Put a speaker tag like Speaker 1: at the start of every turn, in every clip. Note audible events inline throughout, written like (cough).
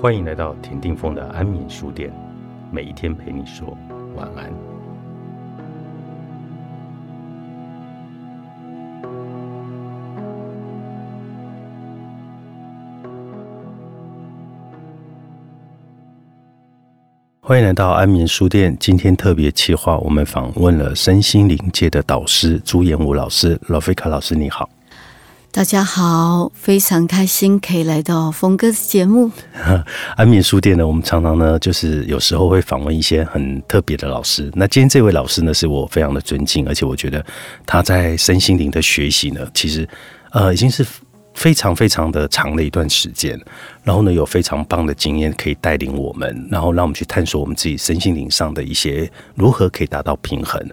Speaker 1: 欢迎来到田定峰的安眠书店，每一天陪你说晚安。欢迎来到安眠书店。今天特别企划，我们访问了身心灵界的导师朱延武老师，老菲卡老师，你好。
Speaker 2: 大家好，非常开心可以来到峰哥的节目。
Speaker 1: 安眠书店呢，我们常常呢，就是有时候会访问一些很特别的老师。那今天这位老师呢，是我非常的尊敬，而且我觉得他在身心灵的学习呢，其实呃已经是非常非常的长的一段时间。然后呢，有非常棒的经验可以带领我们，然后让我们去探索我们自己身心灵上的一些如何可以达到平衡。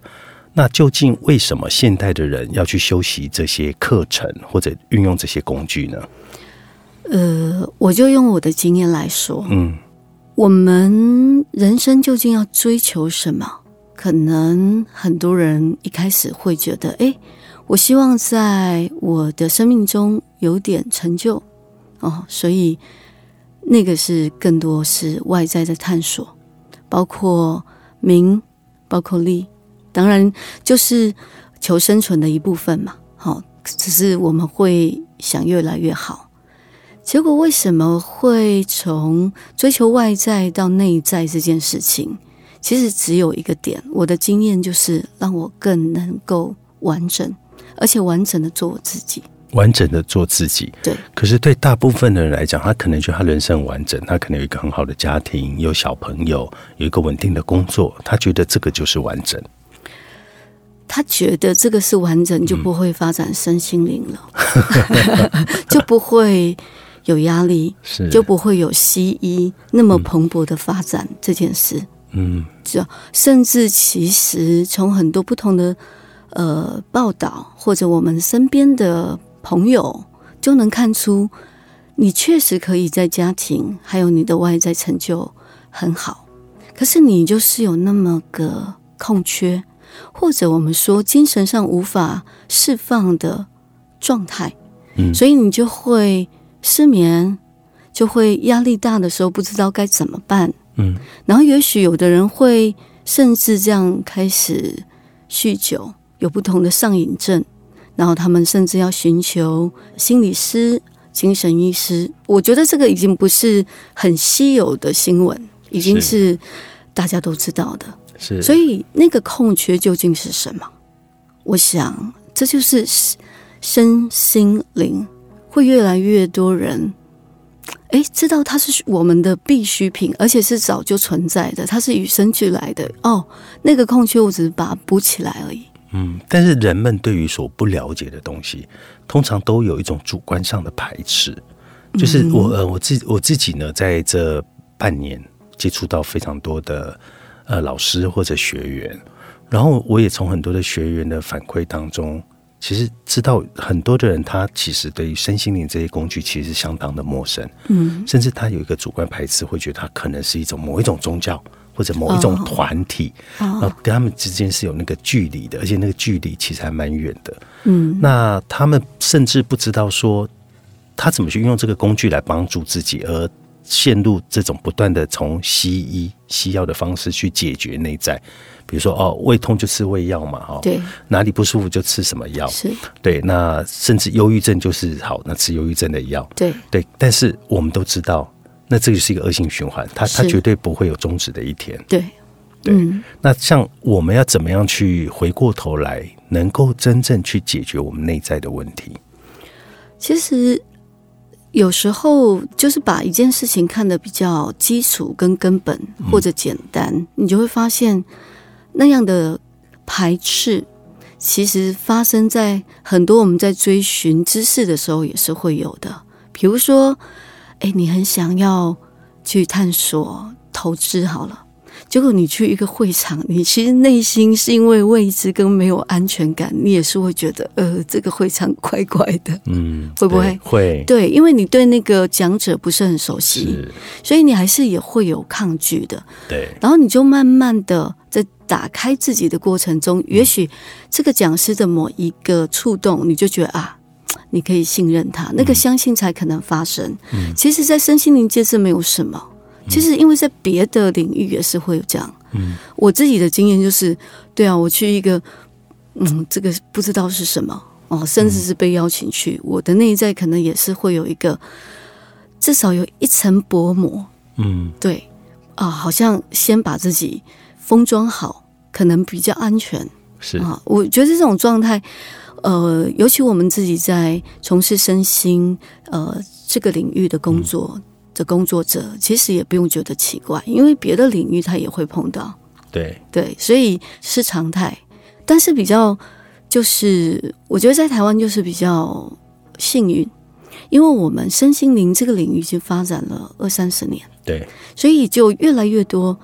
Speaker 1: 那究竟为什么现代的人要去修习这些课程或者运用这些工具呢？
Speaker 2: 呃，我就用我的经验来说，
Speaker 1: 嗯，
Speaker 2: 我们人生究竟要追求什么？可能很多人一开始会觉得，诶，我希望在我的生命中有点成就哦，所以那个是更多是外在的探索，包括名，包括利，当然就是求生存的一部分嘛。好、只是我们会想越来越好。结果为什么会从追求外在到内在这件事情？其实只有一个点，我的经验就是让我更能够完整，而且完整的做我自己。
Speaker 1: 完整的做自己，
Speaker 2: 对，
Speaker 1: 可是对大部分的人来讲，他可能觉得他人生很完整，他可能有一个很好的家庭，有小朋友，有一个稳定的工作，他觉得这个就是完整。
Speaker 2: 他觉得这个是完整，就不会发展身心灵了， (laughs) 就不会有压力，
Speaker 1: 是
Speaker 2: 就不会有西医那么蓬勃的发展这件事。
Speaker 1: 嗯
Speaker 2: 这甚至其实从很多不同的呃报道，或者我们身边的朋友，就能看出，你确实可以在家庭还有你的外在成就很好，可是你就是有那么个空缺，或者我们说精神上无法释放的状态，
Speaker 1: 嗯
Speaker 2: 所以你就会失眠，就会压力大的时候不知道该怎么办，
Speaker 1: 嗯
Speaker 2: 然后也许有的人会甚至这样开始酗酒，有不同的上瘾症，然后他们甚至要寻求心理师、精神医师。我觉得这个已经不是很稀有的新闻，已经是大家都知道的。
Speaker 1: 是，
Speaker 2: 所
Speaker 1: 以
Speaker 2: 以那个空缺究竟是什么？我想这就是身心灵会越来越多人，哎，知道它是我们的必需品，而且是早就存在的，它是与生俱来的。哦，那个空缺我只是把它补起来而已。
Speaker 1: 嗯，但是人们对于所不了解的东西，通常都有一种主观上的排斥。就是我呃我自我自己呢，在这半年接触到非常多的呃老师或者学员，然后我也从很多的学员的反馈当中，其实知道很多的人他其实对于身心灵这些工具其实相当的陌生，
Speaker 2: 嗯，
Speaker 1: 甚至他有一个主观排斥，会觉得他可能是一种某一种宗教或者某一种
Speaker 2: 哦
Speaker 1: 团体，然后
Speaker 2: 哦，
Speaker 1: 跟他们之间是有那个距离的，而且那个距离其实还蛮远的。
Speaker 2: 嗯，
Speaker 1: 那他们甚至不知道说他怎么去运用这个工具来帮助自己，而陷入这种不断的从西医西药的方式去解决内在，比如说哦，胃痛就吃胃药嘛，哦，
Speaker 2: 对，
Speaker 1: 哪里不舒服就吃什么药，
Speaker 2: 是，
Speaker 1: 对，那甚至忧郁症就是好，那吃忧郁症的药，
Speaker 2: 对，
Speaker 1: 对，但是我们都知道，那这就是一个恶性循环，它它
Speaker 2: 是
Speaker 1: 绝对不会有终止的一天。
Speaker 2: 对，
Speaker 1: 对
Speaker 2: 嗯
Speaker 1: 那像我们要怎么样去回过头来，能够真正去解决我们内在的问题？
Speaker 2: 其实有时候就是把一件事情看得比较基础跟根本或者简单，你就会发现那样的排斥，其实发生在很多我们在追寻知识的时候也是会有的。比如说，哎，你很想要去探索投资好了。结果你去一个会场，你其实内心是因为未知跟没有安全感，你也是会觉得，呃，这个会场怪怪的。
Speaker 1: 嗯，
Speaker 2: 会不
Speaker 1: 对
Speaker 2: 会
Speaker 1: 会？
Speaker 2: 对，因为你对那个讲者不是很熟悉，
Speaker 1: 是，
Speaker 2: 所以你还是也会有抗拒的。
Speaker 1: 对，
Speaker 2: 然后你就慢慢的在打开自己的过程中，也许这个讲师的某一个触动，你就觉得啊，你可以信任他，那个相信才可能发生。嗯、其实，在身心灵界这没有什么，其实因为在别的领域也是会有这样。嗯，我自己的经验就是，对啊，我去一个，嗯，这个不知道是什么哦，甚至是被邀请去，我的内在可能也是会有一个，至少有一层薄膜。
Speaker 1: 嗯，
Speaker 2: 对，啊、好像先把自己封装好，可能比较安全。
Speaker 1: 是，
Speaker 2: 啊，我觉得这种状态，呃，尤其我们自己在从事身心呃这个领域的工作、的工作者，其实也不用觉得奇怪，因为别的领域他也会碰到，
Speaker 1: 对，
Speaker 2: 对，所以是常态。但是比较就是，我觉得在台湾就是比较幸运，因为我们身心灵这个领域已经发展了二三十年。
Speaker 1: 对，嗯
Speaker 2: 所以就越来越多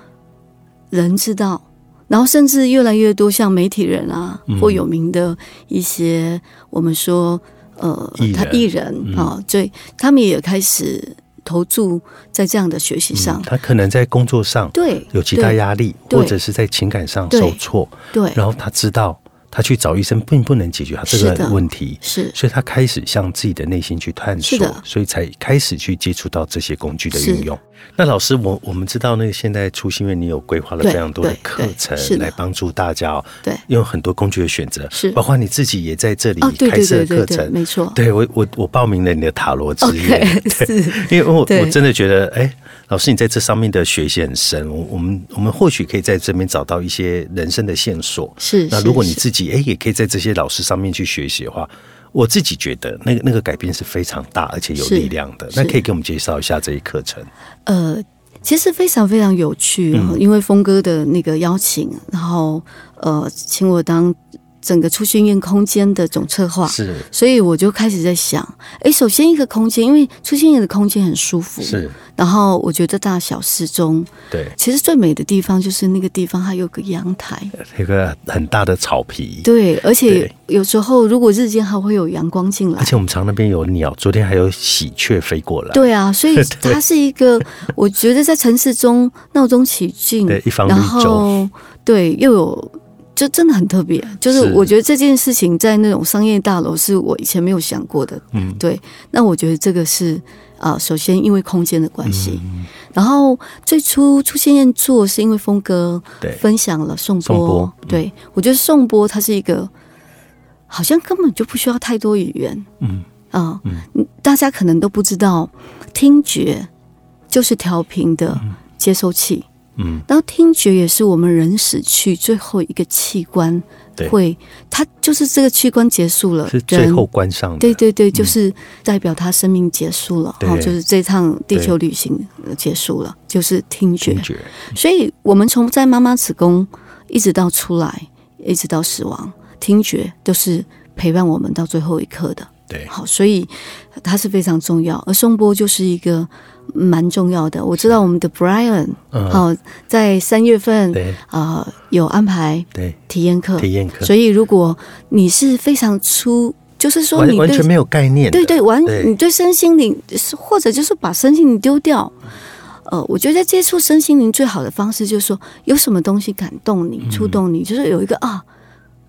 Speaker 2: 人知道，然后甚至越来越多像媒体人啊，
Speaker 1: 嗯
Speaker 2: 或有名的一些我们说呃
Speaker 1: 艺，人嗯
Speaker 2: 他艺人啊，对，他们也开始投注在这样的学习上
Speaker 1: 嗯，，他可能在工作上
Speaker 2: 对，
Speaker 1: 有极大压力，
Speaker 2: 对
Speaker 1: 或者是在情感上
Speaker 2: 对
Speaker 1: 受挫，
Speaker 2: 对，对，
Speaker 1: 然后他知道他去找医生并不能解决他这
Speaker 2: 是
Speaker 1: 个
Speaker 2: 的
Speaker 1: 问题，
Speaker 2: 是
Speaker 1: 所以他开始向自己的内心去探
Speaker 2: 是
Speaker 1: 索
Speaker 2: 的，
Speaker 1: 所以才开始去接触到这些工具的
Speaker 2: 是
Speaker 1: 运用。那老师，我我们知道那个现在初心院，你有规划了
Speaker 2: 对
Speaker 1: 非常多的
Speaker 2: 对
Speaker 1: 课
Speaker 2: 对
Speaker 1: 程
Speaker 2: 是的
Speaker 1: 来帮助大家哦，
Speaker 2: 对，
Speaker 1: 有很多工具的选择，
Speaker 2: 是
Speaker 1: 包括你自己也在这里
Speaker 2: 哦，对
Speaker 1: 开
Speaker 2: 对
Speaker 1: 设
Speaker 2: 对对
Speaker 1: 课
Speaker 2: 对，
Speaker 1: 程。
Speaker 2: 没错
Speaker 1: 对我我我报名了你的塔罗之夜
Speaker 2: ，OK，是，
Speaker 1: 因为我
Speaker 2: 对
Speaker 1: 我真的觉得，哎、老师你在这上面的学习很深，我我们我们或许可以在这边找到一些人生的线索。
Speaker 2: 是，
Speaker 1: 那
Speaker 2: 是
Speaker 1: 如果你
Speaker 2: 是
Speaker 1: 自己哎、也可以在这些老师上面去学习的话，我自己觉得那个那个改变是非常大而且有
Speaker 2: 是
Speaker 1: 力量的。那
Speaker 2: 是
Speaker 1: 可以给我们介绍一下这一课程？
Speaker 2: 呃，其实非常非常有趣、
Speaker 1: 嗯
Speaker 2: 哦，因为峰哥的那个邀请，然后呃，请我当整个出训练空间的总策划，
Speaker 1: 是
Speaker 2: 所以我就开始在想，诶，首先一个空间，因为出训练的空间很舒服，，
Speaker 1: 是，
Speaker 2: 然后我觉得大小适中，
Speaker 1: 对，
Speaker 2: 其实最美的地方就是那个地方它有个阳台，
Speaker 1: 那个很大的草皮，
Speaker 2: 对，而
Speaker 1: 呃
Speaker 2: 且
Speaker 1: 对
Speaker 2: 有时候如果日间还会有阳光进来
Speaker 1: 而，且我们常那边有鸟，昨天还有喜鹊飞过来，
Speaker 2: 对啊，
Speaker 1: (laughs)
Speaker 2: 所以它是一个，我觉得在城市中闹中取静，
Speaker 1: 对一方
Speaker 2: 然
Speaker 1: 绿洲
Speaker 2: 后对又有，就真的很特别。就是
Speaker 1: 是
Speaker 2: 我觉得这件事情在那种商业大楼是我以前没有想过的。
Speaker 1: 嗯，
Speaker 2: 对，那我觉得这个是啊、首先因为空间的关系，
Speaker 1: 嗯
Speaker 2: 然后最初出现宴做是因为峰哥
Speaker 1: 对
Speaker 2: 分享了宋波，
Speaker 1: 宋波嗯
Speaker 2: 对我觉得宋波他是一个好像根本就不需要太多语言，
Speaker 1: 嗯
Speaker 2: 啊、大家可能都不知道，听觉就是调频的接收器，
Speaker 1: 嗯，
Speaker 2: 然后听觉也是我们人死去最后一个器官
Speaker 1: 对
Speaker 2: 会，它就是这个器官结束了，
Speaker 1: 是最
Speaker 2: 人
Speaker 1: 后关上的，
Speaker 2: 对对对，就是代表他生命结束了，
Speaker 1: 对
Speaker 2: 哦，就是这趟地球旅行呃结束了，就是听觉
Speaker 1: 听。觉，
Speaker 2: 所以我们从在妈妈子宫一直到出来，一直到死亡，听觉都是陪伴我们到最后一刻的。
Speaker 1: 对，
Speaker 2: 好，所以它是非常重要，而松波就是一个蛮重要的。我知道我们的 Brian
Speaker 1: 嗯
Speaker 2: 好、在三月份
Speaker 1: 对
Speaker 2: 啊、有安排
Speaker 1: 对，
Speaker 2: 体验课，
Speaker 1: 体验课，
Speaker 2: 所以如果你是非常粗，就是说
Speaker 1: 完
Speaker 2: 你
Speaker 1: 完
Speaker 2: 对
Speaker 1: 全没有概念的，
Speaker 2: 对对完
Speaker 1: 对
Speaker 2: 你对身心灵，或者就是把身心灵丢掉。呃，我觉得接触身心灵最好的方式就是说，有什么东西感动
Speaker 1: 嗯
Speaker 2: 你、触动你，就是有一个啊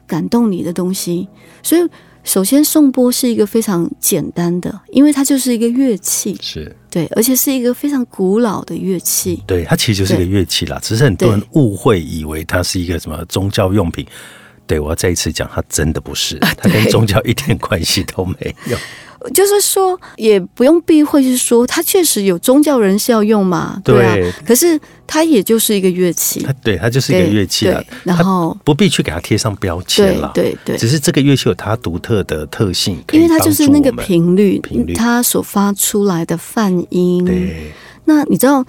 Speaker 2: 感动你的东西。所以，首先颂钵是一个非常简单的，因为它就是一个乐器，
Speaker 1: 是。
Speaker 2: 对，而且是一个非常古老的乐器。
Speaker 1: 对，它其实就是一个乐器啦，只是很多人误会以为它是一个什么宗教用品。对，我要再一次讲，它真的不
Speaker 2: 啊
Speaker 1: 是，它跟宗教一点关系都没
Speaker 2: (laughs)
Speaker 1: 有。
Speaker 2: 就是说，也不用避讳去说，它确实有宗教人是要用嘛，啊
Speaker 1: 对。
Speaker 2: 可是它也就是一个乐器
Speaker 1: 它，对，它就是一个
Speaker 2: 对
Speaker 1: 乐器啦
Speaker 2: 对，然后
Speaker 1: 它不必去给它贴上标签
Speaker 2: 对
Speaker 1: 啦。
Speaker 2: 对对，
Speaker 1: 只是这个乐器有它独特的特性，可以
Speaker 2: 因为它就是那个
Speaker 1: 帮助我们
Speaker 2: 频率，
Speaker 1: 频率
Speaker 2: 它所发出来的泛音。
Speaker 1: 对
Speaker 2: 那你知道，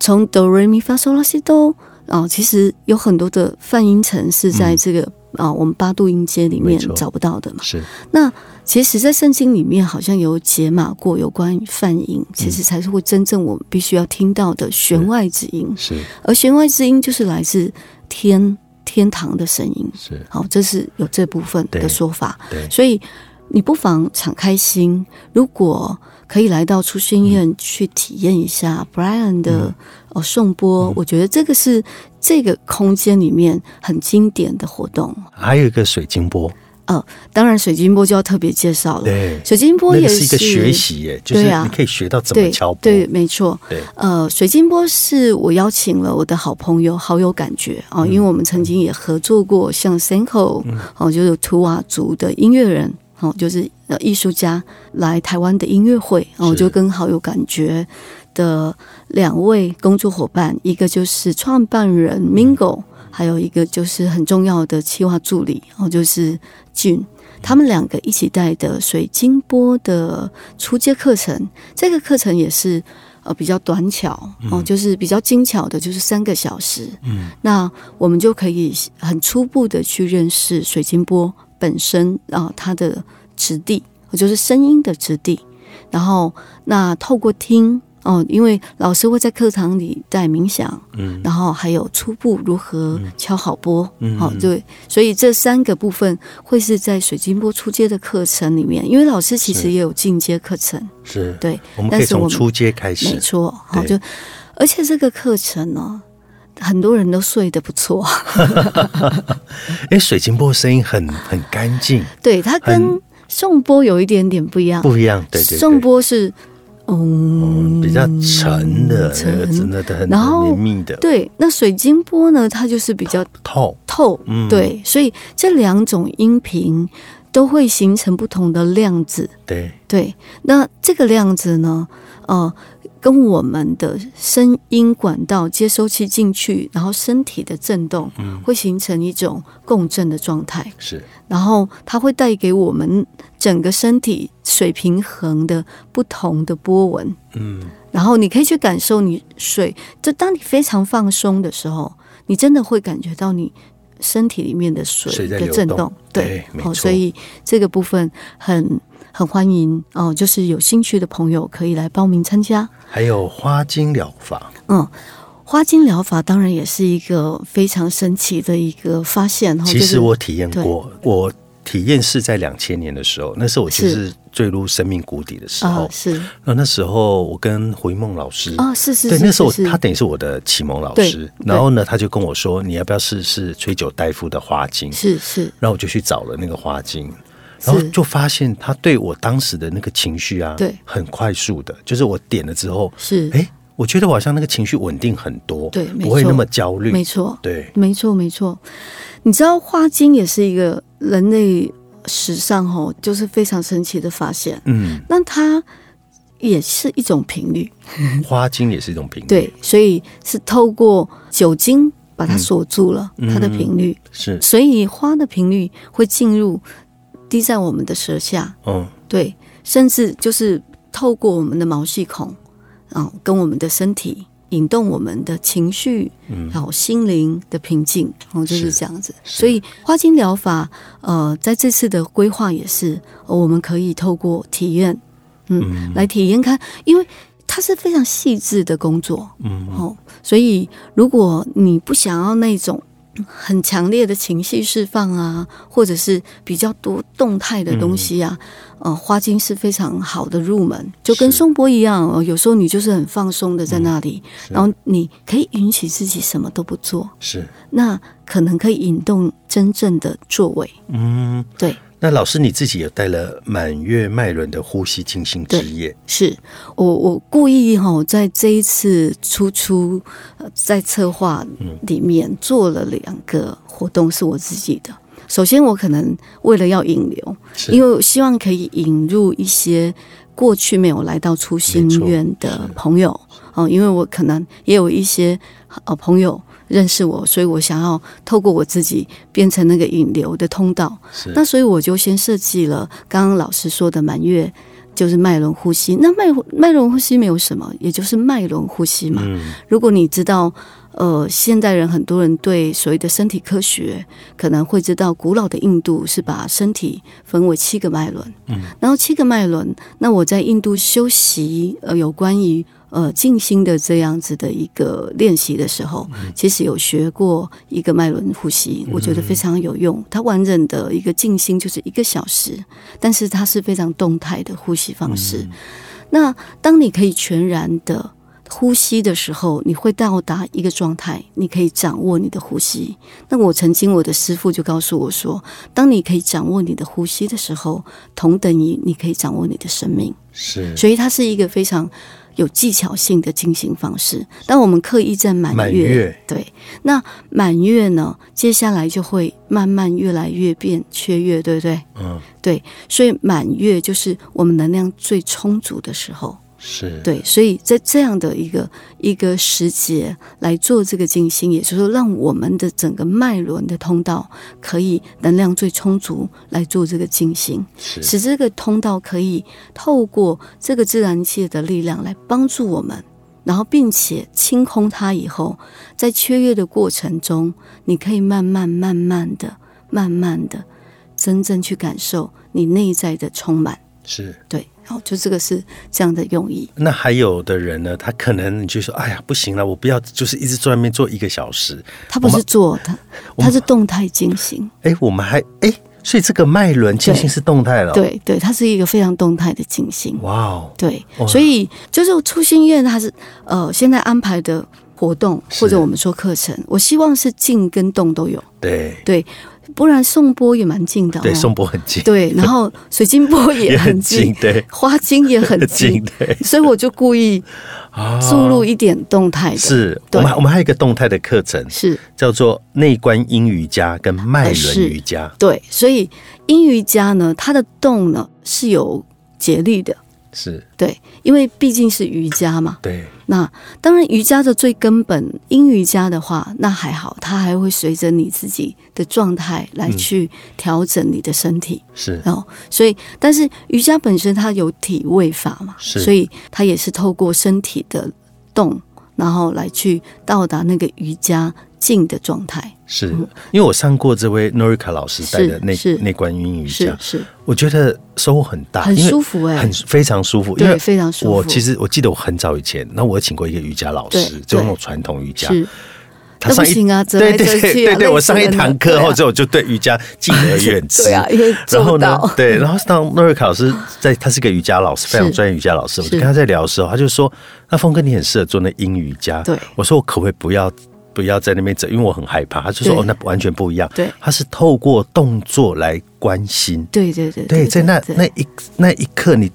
Speaker 2: 从哆瑞咪发嗦拉西哆哦，其实有很多的泛音层是在这个啊、我们八度音阶里面
Speaker 1: 嗯没错
Speaker 2: 找不到的嘛。
Speaker 1: 是
Speaker 2: 那其实，在圣经里面好像有解码过有关于泛音，
Speaker 1: 嗯
Speaker 2: 其实才是会真正我们必须要听到的弦外之音，
Speaker 1: 是
Speaker 2: 而弦外之音就是来自天天堂的声音。
Speaker 1: 是，
Speaker 2: 好，这是有这部分
Speaker 1: 对
Speaker 2: 的说法。
Speaker 1: 对
Speaker 2: 所以你不妨敞开心，如果可以来到初心
Speaker 1: 嗯
Speaker 2: 宴去体验一下 Brian 的、呃颂钵，
Speaker 1: 嗯
Speaker 2: 我觉得这个是这个空间里面很经典的活动。
Speaker 1: 还有一个水晶波，
Speaker 2: 哦，当然水晶波就要特别介绍了。
Speaker 1: 对，
Speaker 2: 水晶波
Speaker 1: 那
Speaker 2: 也
Speaker 1: 个是一个学习耶，就是
Speaker 2: 对啊
Speaker 1: 你可以学到怎么
Speaker 2: 对
Speaker 1: 敲波。
Speaker 2: 对，没错。
Speaker 1: 对
Speaker 2: 呃，水晶波是我邀请了我的好朋友好友感觉啊、因为我们曾经也合作过像 Senko 哦、就是图瓦族的音乐人哦、就是呃艺术家来台湾的音乐会哦、
Speaker 1: 是
Speaker 2: 就跟好友感觉的两位工作伙伴，一个就是创办人 Mingo，、还有一个就是很重要的企划助理哦、就是俊。他们两个一起带的水晶波的初阶课程，这个课程也是呃比较短巧哦、就是比较精巧的，就是三个小时。
Speaker 1: 嗯，
Speaker 2: 那我们就可以很初步的去认识水晶波本身啊、它的质地，呃就是声音的质地。然后那透过听哦、因为老师会在课堂里带冥想，
Speaker 1: 嗯，
Speaker 2: 然后还有初步如何敲好波，
Speaker 1: 嗯
Speaker 2: 好、对，所以这三个部分会是在水晶波初阶的课程里面，因为老师其
Speaker 1: 是
Speaker 2: 实也有进阶课程，
Speaker 1: 是，
Speaker 2: 对，
Speaker 1: 我们可
Speaker 2: 但
Speaker 1: 以
Speaker 2: 是
Speaker 1: 从
Speaker 2: 我们
Speaker 1: 初阶开始
Speaker 2: 没。错，好
Speaker 1: 对
Speaker 2: 就，而且这个课程呢，很多人都睡得不错， (laughs)
Speaker 1: 哎，水晶波声音很很干净，
Speaker 2: 对，它跟颂钵有一点点不一样，
Speaker 1: 不一样。对对
Speaker 2: 颂
Speaker 1: 对，
Speaker 2: 钵是，
Speaker 1: 嗯，
Speaker 2: 嗯
Speaker 1: 比较沉的，那个
Speaker 2: 沉
Speaker 1: 真的很
Speaker 2: 然后
Speaker 1: 绵密的，
Speaker 2: 对，那水晶钵呢，它就是比较
Speaker 1: 透。
Speaker 2: 透，
Speaker 1: 嗯
Speaker 2: 对，所以这两种音频都会形成不同的量子，
Speaker 1: 对，
Speaker 2: 对，那这个量子呢，呃，跟我们的声音管道接收器进去，然后身体的震动，
Speaker 1: 嗯
Speaker 2: 会形成一种共振的状态，
Speaker 1: 是
Speaker 2: 然后它会带给我们整个身体水平衡的不同的波纹，
Speaker 1: 嗯，
Speaker 2: 然后你可以去感受你水，就当你非常放松的时候，你真的会感觉到你身体里面的
Speaker 1: 水
Speaker 2: 水
Speaker 1: 在
Speaker 2: 的
Speaker 1: 流
Speaker 2: 震
Speaker 1: 动
Speaker 2: 动，哦
Speaker 1: 对没错
Speaker 2: 所以这个部分很很欢迎哦、就是有兴趣的朋友可以来报名参加。
Speaker 1: 还有花精疗法，
Speaker 2: 嗯，花精疗法当然也是一个非常神奇的一个发现，哦
Speaker 1: 其
Speaker 2: 就
Speaker 1: 实
Speaker 2: 是
Speaker 1: 我体验过，我体验是在两千年的时候，那时候我其实是坠入生命谷底的时
Speaker 2: 啊、
Speaker 1: 候。
Speaker 2: 是
Speaker 1: 那、那时候我跟胡一梦老师，
Speaker 2: 啊、是是
Speaker 1: 对，
Speaker 2: 是
Speaker 1: 那时候
Speaker 2: 是是
Speaker 1: 他等于是我的启蒙老
Speaker 2: 对
Speaker 1: 师
Speaker 2: 对。
Speaker 1: 然后呢，他就跟我说，你要不要试试崔九大夫的花精？
Speaker 2: 是是
Speaker 1: 然后我就去找了那个花精，
Speaker 2: 是
Speaker 1: 然后就发现他对我当时的那个情绪啊，
Speaker 2: 对
Speaker 1: 很快速的，就是我点了之后，
Speaker 2: 是，
Speaker 1: 哎，我觉得我好像那个情绪稳定很多，
Speaker 2: 对没
Speaker 1: 不会
Speaker 2: 错
Speaker 1: 那么焦虑，
Speaker 2: 没错，
Speaker 1: 对，
Speaker 2: 没错，没错。你知道花精也是一个人类史上吼，就是非常神奇的发现。
Speaker 1: 嗯，
Speaker 2: 那它也是一种频率，
Speaker 1: 花精也是一种频率，
Speaker 2: 对，，所以是透过酒精把它锁住了、它的频率，
Speaker 1: 是，
Speaker 2: 所以花的频率会进入滴在我们的舌下，
Speaker 1: 嗯，
Speaker 2: 对，甚至就是透过我们的毛细孔，啊、跟我们的身体引动我们的情绪，嗯，然后心灵的平静，哦，就是是这样子。所以花精疗法，呃，在这次的规划也是，呃我们可以透过体验，嗯，来体验看，因为。它是非常细致的工作，嗯，哦，所以如果你不想要那种 (clears throat) 很强烈的情绪释放啊，或者是比较多动态的东西啊，呃，花精是非常好的入门，就跟
Speaker 1: 是
Speaker 2: 松波一样、呃，有时候你就是很放松的在那里，然后你可以允许自己什么都不做，
Speaker 1: 是，
Speaker 2: 那可能可以引动真正的作为。
Speaker 1: 嗯。
Speaker 2: 对，
Speaker 1: 那老师你自己有带了满月脉轮的呼吸静心之夜，
Speaker 2: 是我我故意哈、在这一次出出呃在策划
Speaker 1: 嗯
Speaker 2: 里面做了两个活动是我自己的。首先，我可能为了要引流，
Speaker 1: 是
Speaker 2: 因为我希望可以引入一些过去没有来到初心院的朋友哦，因为我可能也有一些呃朋友认识我，所以我想要透过我自己变成那个引流的通道。
Speaker 1: 是
Speaker 2: 那所以我就先设计了刚刚老师说的满月，就是脉轮呼吸。那脉脉轮呼吸没有什么，也就是脉轮呼吸嘛。
Speaker 1: 嗯，
Speaker 2: 如果你知道，呃，现代人很多人对所谓的身体科学可能会知道，古老的印度是把身体分为七个脉轮，嗯，然后七个脉轮，那我在印度修习呃有关于呃静心的这样子的一个练习的时候，其实有学过一个脉轮呼吸，我觉得非常有用。它完整的一个静心就是一个小时，但是它是非常动态的呼吸方式。那当你可以全然的呼吸的时候，你会到达一个状态，你可以掌握你的呼吸。那我曾经我的师傅就告诉我说，当你可以掌握你的呼吸的时候，同等于你可以掌握你的生命。
Speaker 1: 是
Speaker 2: 所以它是一个非常有技巧性的进行方式。当我们刻意在满
Speaker 1: 满
Speaker 2: 月，
Speaker 1: 月
Speaker 2: 对，那满月呢，接下来就会慢慢越来越变缺月，对不对？
Speaker 1: 嗯
Speaker 2: 对，所以满月就是我们能量最充足的时候。
Speaker 1: 是，
Speaker 2: 对，所以在这样的一个一个时节来做这个静心，也就是说，让我们的整个脉轮的通道可以能量最充足来做这个静心，
Speaker 1: 是
Speaker 2: 使这个通道可以透过这个自然界的力量来帮助我们。然后，并且清空它以后，在缺月的过程中，你可以慢慢、慢慢的、慢慢的，真正去感受你内在的充满。
Speaker 1: 是。
Speaker 2: 对，然后就这个是这样的用意。
Speaker 1: 那还有的人呢，他可能你就说，哎呀，不行了，我不要，就是一直坐在那边坐一个小时。
Speaker 2: 它不
Speaker 1: 我
Speaker 2: 是
Speaker 1: 们
Speaker 2: 做它，
Speaker 1: 我们
Speaker 2: 它是动态进行。
Speaker 1: 哎，我们还哎，所以这个脉轮进行是动态了。，
Speaker 2: 对对，它是一个非常动态的进行。
Speaker 1: 哇哦，
Speaker 2: 对
Speaker 1: 哇，
Speaker 2: 所以就是初心院，它是呃现在安排的活动或
Speaker 1: 是
Speaker 2: 者我们说课程，我希望是静跟动都有。
Speaker 1: 对
Speaker 2: 对，不然颂钵也蛮静的、哦。
Speaker 1: 对，宋波很近，
Speaker 2: 对然后水晶钵也
Speaker 1: 也
Speaker 2: 很
Speaker 1: 很
Speaker 2: 静，
Speaker 1: (laughs) 近，对，
Speaker 2: 花精也很
Speaker 1: 近
Speaker 2: 静，
Speaker 1: 对
Speaker 2: 所以我就故意
Speaker 1: 啊
Speaker 2: 注入一点动态的。
Speaker 1: 是我
Speaker 2: 对
Speaker 1: 们还我们还有一个动态的课程，
Speaker 2: 是。
Speaker 1: 叫做内观音瑜伽跟脉轮
Speaker 2: 哎是
Speaker 1: 瑜伽，
Speaker 2: 对，所以阴瑜伽呢，它的动呢是有节律的，
Speaker 1: 是
Speaker 2: 对，因为毕竟是瑜伽嘛。
Speaker 1: 对
Speaker 2: 那当然，瑜伽的最根本，阴瑜伽的话，那还好，它还会随着你自己的状态来
Speaker 1: 嗯
Speaker 2: 去调整你的身体。
Speaker 1: 是
Speaker 2: 哦，所以，但是瑜伽本身它有体位法嘛，
Speaker 1: 是
Speaker 2: 所以它也是透过身体的动，然后来去到达那个瑜伽静的状态。
Speaker 1: 是，因为我上过这位 Norika 老师带的
Speaker 2: 是
Speaker 1: 内
Speaker 2: 是
Speaker 1: 内观音瑜
Speaker 2: 是
Speaker 1: 伽，
Speaker 2: 是，
Speaker 1: 我觉得收获很大，
Speaker 2: 很
Speaker 1: 因为
Speaker 2: 舒服哎、
Speaker 1: 很非常舒服，因为
Speaker 2: 对，非常舒服。
Speaker 1: 我其实我记得我很早以前，那我有请过一个瑜伽老师
Speaker 2: 对，
Speaker 1: 就那
Speaker 2: 对
Speaker 1: 种传统瑜伽，
Speaker 2: 是，
Speaker 1: 他
Speaker 2: 那不
Speaker 1: 上一
Speaker 2: 行啊，折
Speaker 1: 对
Speaker 2: 来
Speaker 1: 对
Speaker 2: 折
Speaker 1: 对
Speaker 2: 去啊，
Speaker 1: 对对，我
Speaker 2: 累死
Speaker 1: 上一
Speaker 2: 人了
Speaker 1: 堂课
Speaker 2: 对
Speaker 1: 后
Speaker 2: 啊
Speaker 1: 之后就对瑜伽敬而远之
Speaker 2: (laughs) 对。啊，因为
Speaker 1: 然
Speaker 2: 做
Speaker 1: 后
Speaker 2: 不
Speaker 1: 呢
Speaker 2: 到，
Speaker 1: 对，然后当诺瑞卡老师在，他是个瑜伽老师，非常
Speaker 2: 是
Speaker 1: 专业瑜伽老师。我就是跟他在聊的时候，他就说：“那峰哥，你很适合做那阴瑜伽。”
Speaker 2: 对
Speaker 1: 我说：“我可不可以不要不要在那边走，因为我很害怕。”他就说：“
Speaker 2: 对
Speaker 1: 哦，那完全不一样。”
Speaker 2: 对
Speaker 1: 他是透过动作来关心。
Speaker 2: 对对对
Speaker 1: 对，在那
Speaker 2: 对
Speaker 1: 那一那一刻，你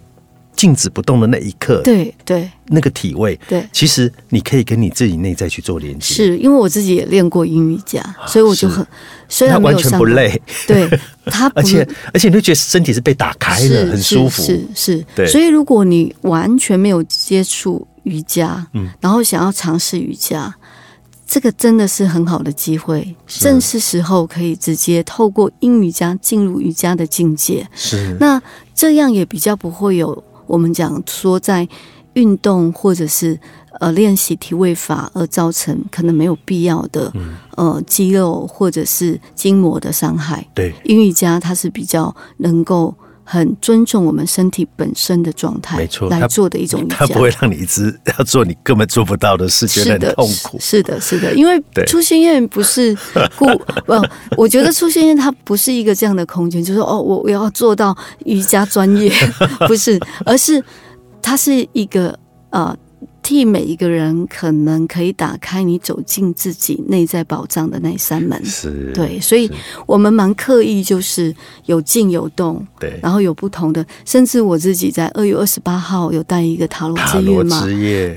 Speaker 1: 静止不动的那一刻，
Speaker 2: 对对
Speaker 1: 那个体位，
Speaker 2: 对，
Speaker 1: 其实你可以跟你自己内在去做连接，
Speaker 2: 是因为我自己也练过英语家，所以我就是很虽
Speaker 1: 它
Speaker 2: 然没
Speaker 1: 啊完
Speaker 2: 有
Speaker 1: 全
Speaker 2: 上
Speaker 1: 不
Speaker 2: 过，
Speaker 1: 累， (laughs)
Speaker 2: 对他不
Speaker 1: 而且而且你会觉得身体是被打开
Speaker 2: 是
Speaker 1: 的，很舒服。
Speaker 2: 是是
Speaker 1: 对
Speaker 2: 是，所以如果你完全没有接触瑜伽，
Speaker 1: 嗯
Speaker 2: 然后想要尝试瑜伽。这个真的是很好的机会，
Speaker 1: 是
Speaker 2: 正是时候可以直接透过英瑜伽进入瑜伽的境界。
Speaker 1: 是
Speaker 2: 那这样也比较不会有我们讲说在运动或者是呃练习体位法而造成可能没有必要的、
Speaker 1: 嗯
Speaker 2: 呃肌肉或者是筋膜的伤害。
Speaker 1: 对，
Speaker 2: 英瑜伽它是比较能够很尊重我们身体本身的状态，
Speaker 1: 没错它
Speaker 2: 来做的一种瑜
Speaker 1: 它
Speaker 2: 伽
Speaker 1: 不。会让你一直要做你根本做不到的事，觉得
Speaker 2: 是
Speaker 1: 很
Speaker 2: 的，
Speaker 1: 痛
Speaker 2: 是
Speaker 1: 苦。
Speaker 2: 是的，是的，因为
Speaker 1: 对
Speaker 2: 初心院不是故 (laughs) 不，我觉得初心院它不是一个这样的空间，就是说哦，我我要做到瑜伽专业， (laughs) 不是，而是它是一个呃，替每一个人可能可以打开你走进自己内在宝藏的那扇门。
Speaker 1: 是，
Speaker 2: 对，所以
Speaker 1: 是
Speaker 2: 我们蛮刻意，就是有静有动，
Speaker 1: 对，
Speaker 2: 然后有不同的，甚至我自己在二月二十八号有带一个塔罗
Speaker 1: 塔
Speaker 2: 之月
Speaker 1: 罗
Speaker 2: 嘛，
Speaker 1: 之夜，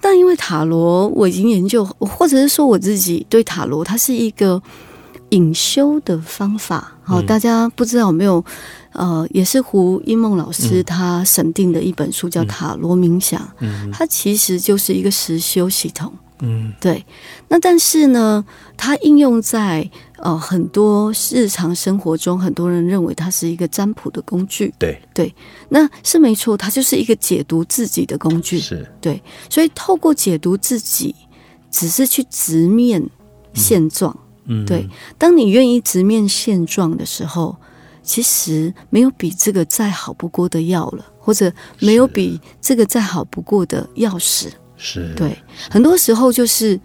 Speaker 2: 但因为塔罗我已经研究，或者是说我自己对塔罗，它是一个隐修的方法。好、大家不知道有没有？呃，也是胡一梦老师他审定的一本书，叫《塔罗冥想》，它其实就是一个实修系统。
Speaker 1: 嗯，
Speaker 2: 对，那但是呢，它应用在呃很多日常生活中，很多人认为它是一个占卜的工具，
Speaker 1: 对，
Speaker 2: 那是没错，它就是一个解读自己的工具。
Speaker 1: 是
Speaker 2: 对，所以透过解读自己，只是去直面现状。
Speaker 1: 嗯
Speaker 2: 对，当你愿意直面现状的时候，其实没有比这个再好不过的药了，或者没有
Speaker 1: 是
Speaker 2: 比这个再好不过的钥匙。
Speaker 1: 是，
Speaker 2: 对，很多时候就是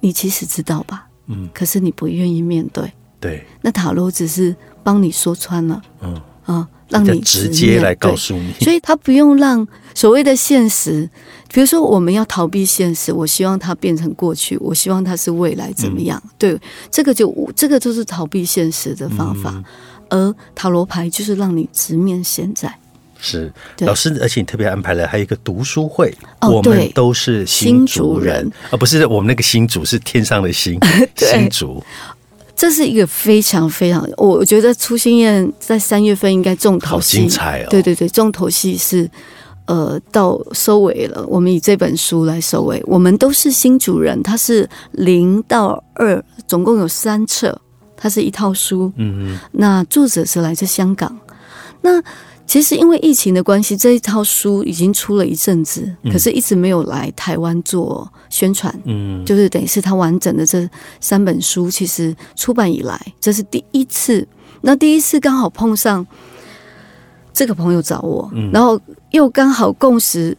Speaker 2: 你其实知道吧，
Speaker 1: 嗯，
Speaker 2: 可是你不愿意面对。
Speaker 1: 对，
Speaker 2: 那塔罗只是帮你说穿了，
Speaker 1: 嗯
Speaker 2: 啊、让
Speaker 1: 比较
Speaker 2: 你
Speaker 1: 直
Speaker 2: 直
Speaker 1: 接
Speaker 2: 面
Speaker 1: 来告
Speaker 2: 对
Speaker 1: 诉你，
Speaker 2: 所以他不用让所谓的现实，比如说我们要逃避现实，我希望它变成过去，我希望它是未来怎
Speaker 1: 嗯
Speaker 2: 么样？对，这个就这个就是逃避现实的方法。
Speaker 1: 嗯
Speaker 2: 而塔罗牌就是让你直面现在，
Speaker 1: 是
Speaker 2: 对
Speaker 1: 老师，而且你特别安排了还有一个读书会，
Speaker 2: 哦
Speaker 1: 我们
Speaker 2: 对
Speaker 1: 都是新
Speaker 2: 新
Speaker 1: 族
Speaker 2: 族
Speaker 1: 人啊
Speaker 2: 人
Speaker 1: 而不是我们那个新族是天上的
Speaker 2: (laughs)
Speaker 1: 星，
Speaker 2: 对
Speaker 1: 新族
Speaker 2: 这是一个非常非常，我我觉得初心宴在三月份应该重
Speaker 1: 好
Speaker 2: 头戏
Speaker 1: 精，彩哦，
Speaker 2: 对对对，重头戏是。呃，到收尾了，我们以这本书来收尾。我们都是新主人，它是零到二，总共有三册，它是一套书。
Speaker 1: 嗯，嗯
Speaker 2: 那作者是来自香港。那其实因为疫情的关系，这一套书已经出了一阵子，可是一直没有来台湾做宣传。
Speaker 1: 嗯，
Speaker 2: 就是等于是他完整的这三本书，其实出版以来，这是第一次。那第一次刚好碰上这个朋友找我，然后又刚好共识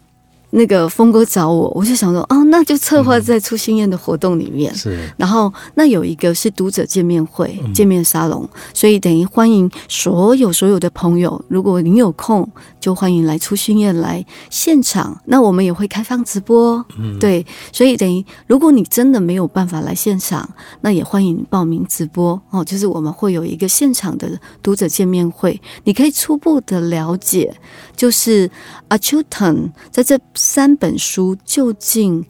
Speaker 2: 那个峰哥找我，我就想说，哦，那就策划在初心宴的活动里面。
Speaker 1: 是
Speaker 2: 然后那有一个是读者见面会、见面沙龙，所以等于欢迎所有所有的朋友，如果您有空，就欢迎来出训宴来现场。那我们也会开放直播，对，所以等于如果你真的没有办法来现场，那也欢迎报名直播哦，就是我们会有一个现场的读者见面会，你可以初步的了解，就是阿丘腾在这三本书究竟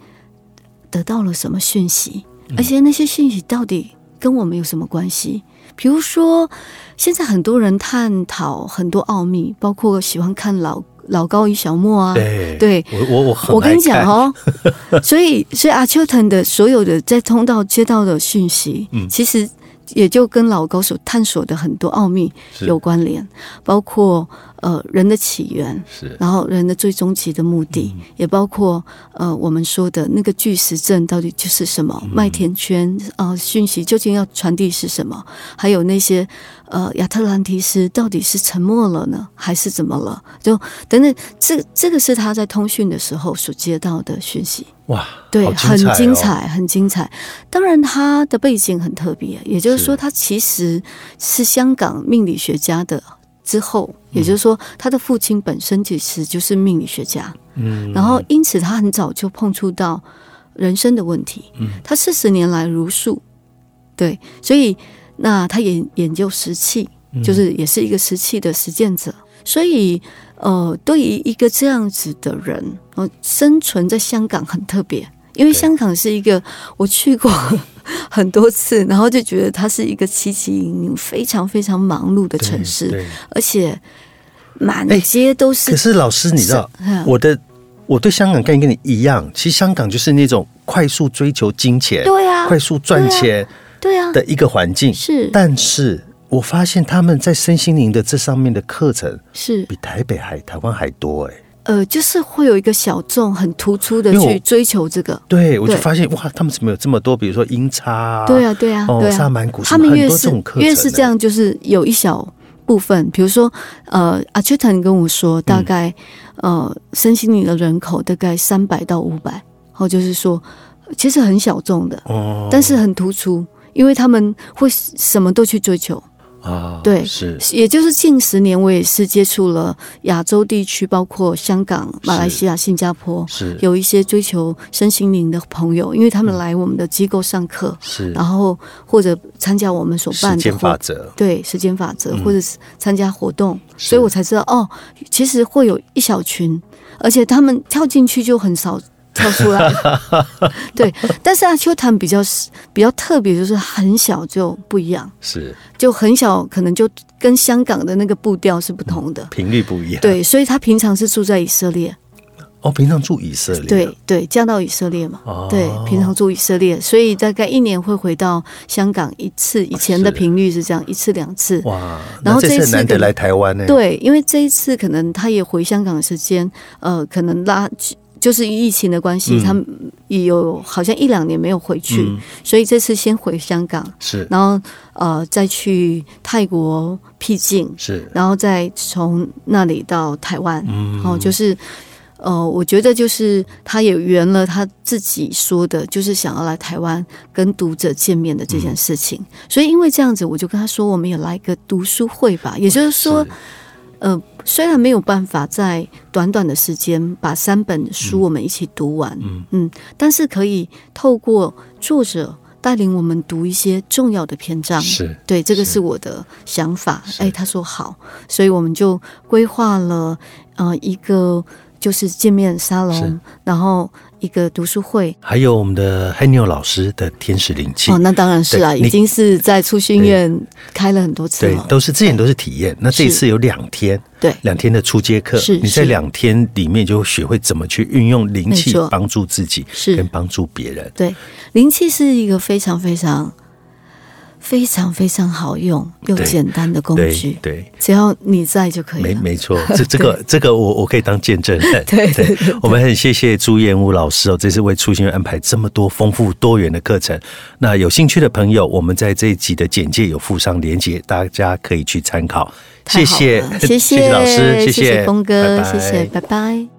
Speaker 2: 得到了什么讯息，而且那些讯息到底跟我们有什么关系？比如说，现在很多人探讨很多奥秘，包括喜欢看老老高与小莫啊，
Speaker 1: 对
Speaker 2: 对
Speaker 1: 我我我很
Speaker 2: 我跟
Speaker 1: 爱
Speaker 2: 你讲
Speaker 1: 看， (laughs)
Speaker 2: 哦，所以所以阿丘腾的所有的在通道接到的讯息，
Speaker 1: 嗯
Speaker 2: 其实也就跟老高所探索的很多奥秘
Speaker 1: 是
Speaker 2: 有关联，包括呃人的起源，
Speaker 1: 是
Speaker 2: 然后人的最终极的目的，也包括呃我们说的那个巨石阵到底就是什么，麦田圈啊、呃讯息究竟要传递是什么，还有那些呃亚特兰提斯到底是沉没了呢，还是怎么了？就等等，这这个是他在通讯的时候所接到的讯息。
Speaker 1: 哇，
Speaker 2: 对，
Speaker 1: 好
Speaker 2: 很
Speaker 1: 哦
Speaker 2: 精，彩，很精彩。当然，他的背景很特别，也就是说，
Speaker 1: 是
Speaker 2: 他其实是香港命理学家的之后，也就是说，他的父亲本身其实就是命理学家，
Speaker 1: 嗯，
Speaker 2: 然后因此他很早就碰触到人生的问题。
Speaker 1: 嗯
Speaker 2: 他四十年来如数，对，所以那他研研究石器，
Speaker 1: 嗯
Speaker 2: 就是也是一个石器的实践者，所以。呃，对于一个这样子的人，呃，生存在香港很特别，因为
Speaker 1: 对
Speaker 2: 香港是一个我去过 (laughs) 很多次，然后就觉得它是一个起起营营、非常非常忙碌的
Speaker 1: 对
Speaker 2: 城市，
Speaker 1: 对
Speaker 2: 而且满
Speaker 1: 哎
Speaker 2: 街都是。
Speaker 1: 可是老师，你知道
Speaker 2: 嗯
Speaker 1: 我的我对香港概念跟你一样，其实香港就是那种快速追求金钱、
Speaker 2: 对啊，
Speaker 1: 快速赚
Speaker 2: 对啊
Speaker 1: 钱
Speaker 2: 对啊，
Speaker 1: 的一个环境，
Speaker 2: 是
Speaker 1: 但是我发现他们在身心灵的这上面的课程
Speaker 2: 是
Speaker 1: 比台北还台湾还多哎、
Speaker 2: 呃，就是会有一个小众很突出的
Speaker 1: 因为我
Speaker 2: 去追求这个。
Speaker 1: 对，我就
Speaker 2: 对
Speaker 1: 发现哇，他们怎么有这么多？比如说音叉、啊
Speaker 2: 对啊，对啊，
Speaker 1: 哦
Speaker 2: 对啊，
Speaker 1: 萨满古什
Speaker 2: 他
Speaker 1: 么
Speaker 2: 们
Speaker 1: 很
Speaker 2: 越
Speaker 1: 多这
Speaker 2: 是
Speaker 1: 种课程、欸
Speaker 2: 越是这，样，就是有一小部分，比如说，呃，阿丘腾跟我说，大
Speaker 1: 嗯
Speaker 2: 概、呃，身心灵的人口大概三百到五百，哦，就是说，其实很小众的，
Speaker 1: 哦，
Speaker 2: 但是很突出，因为他们会什么都去追求。
Speaker 1: 啊，
Speaker 2: 对
Speaker 1: 是
Speaker 2: 也就是近十年，我也是接触了亚洲地区，包括香港、马来西亚、新加坡，
Speaker 1: 是嗯
Speaker 2: 有一些追求身心灵的朋友，因为他们来我们的机构上课，
Speaker 1: 是
Speaker 2: 然后或者参加我们所
Speaker 1: 时
Speaker 2: 办的
Speaker 1: 间
Speaker 2: 活
Speaker 1: 法则，嗯
Speaker 2: 对时间法则，或者是参加活动，
Speaker 1: 是
Speaker 2: 所以我才知道哦，其实会有一小群，而且他们跳进去就很少跳
Speaker 1: (laughs)
Speaker 2: 出来。对，但是阿丘谈比较是比较特别，就是很小就不一样，
Speaker 1: 是
Speaker 2: 就很小可能就跟香港的那个步调是不同的。
Speaker 1: 频率不一样。
Speaker 2: 对，所以他平常是住在以色列，
Speaker 1: 哦，平常住以色列，
Speaker 2: 对对，嫁到以色列嘛，
Speaker 1: 哦
Speaker 2: 对，平常住以色列，所以大概一年会回到香港一次，以前的
Speaker 1: 哦是
Speaker 2: 频率是这样，一次两次。
Speaker 1: 哇，
Speaker 2: 然后
Speaker 1: 那
Speaker 2: 这一
Speaker 1: 次
Speaker 2: 次
Speaker 1: 难得
Speaker 2: 可能
Speaker 1: 来台湾呢、
Speaker 2: 对，因为这一次可能他也回香港的时间，呃，可能拉就是疫情的关系，
Speaker 1: 嗯
Speaker 2: 他也有好像一两年没有回去，
Speaker 1: 嗯
Speaker 2: 所以这次先回香港，
Speaker 1: 是
Speaker 2: 然后呃再去泰国僻静，
Speaker 1: 是
Speaker 2: 然后再从那里到台湾，
Speaker 1: 嗯
Speaker 2: 哦，就是。呃，我觉得就是他也圆了他自己说的，就是想要来台湾跟读者见面的这件事情。所以因为这样子，我就跟他说，我们也来一个读书会吧。也就是说，
Speaker 1: 是
Speaker 2: 呃，虽然没有办法在短短的时间把三本书我们一起读完，嗯但是可以透过作者带领我们读一些重要的篇章。
Speaker 1: 是
Speaker 2: 对，这个
Speaker 1: 是
Speaker 2: 是我的想法。
Speaker 1: 是
Speaker 2: 哎，他说好，所以我们就规划了呃一个就是见面沙
Speaker 1: 是
Speaker 2: 龙，然后一个读书会。
Speaker 1: 还有我们的黑妞老师的《天使灵气》
Speaker 2: 哦，那当然是啊，
Speaker 1: 对你
Speaker 2: 已经是在初训院开了很多次
Speaker 1: 对，
Speaker 2: 了。
Speaker 1: 都是之前都是体验，那这一次有两天，
Speaker 2: 对
Speaker 1: 两天的初阶课，
Speaker 2: 是
Speaker 1: 你在
Speaker 2: 是
Speaker 1: 两天里面就会学会怎么去运用灵气
Speaker 2: 没错
Speaker 1: 帮助自己，
Speaker 2: 是
Speaker 1: 跟帮助别人。
Speaker 2: 对，灵气是一个非常非常非常非常好用又
Speaker 1: 对
Speaker 2: 简单的工
Speaker 1: 对
Speaker 2: 具，
Speaker 1: 对，
Speaker 2: 只要你在就可以
Speaker 1: 没
Speaker 2: 了。
Speaker 1: 没错，这这
Speaker 2: (laughs)
Speaker 1: 个这个我我可以当见证人。
Speaker 2: 对对对
Speaker 1: 我们很谢谢朱彦武老师哦，这次为初心安排这么多丰富多元的课程。那有兴趣的朋友，我们在这一集的简介有附上连接，大家可以去参考。
Speaker 2: 太
Speaker 1: 谢
Speaker 2: 好
Speaker 1: 谢
Speaker 2: 了，谢
Speaker 1: (laughs) 谢老师，
Speaker 2: 谢谢峰哥，
Speaker 1: 拜拜
Speaker 2: 谢谢，拜拜。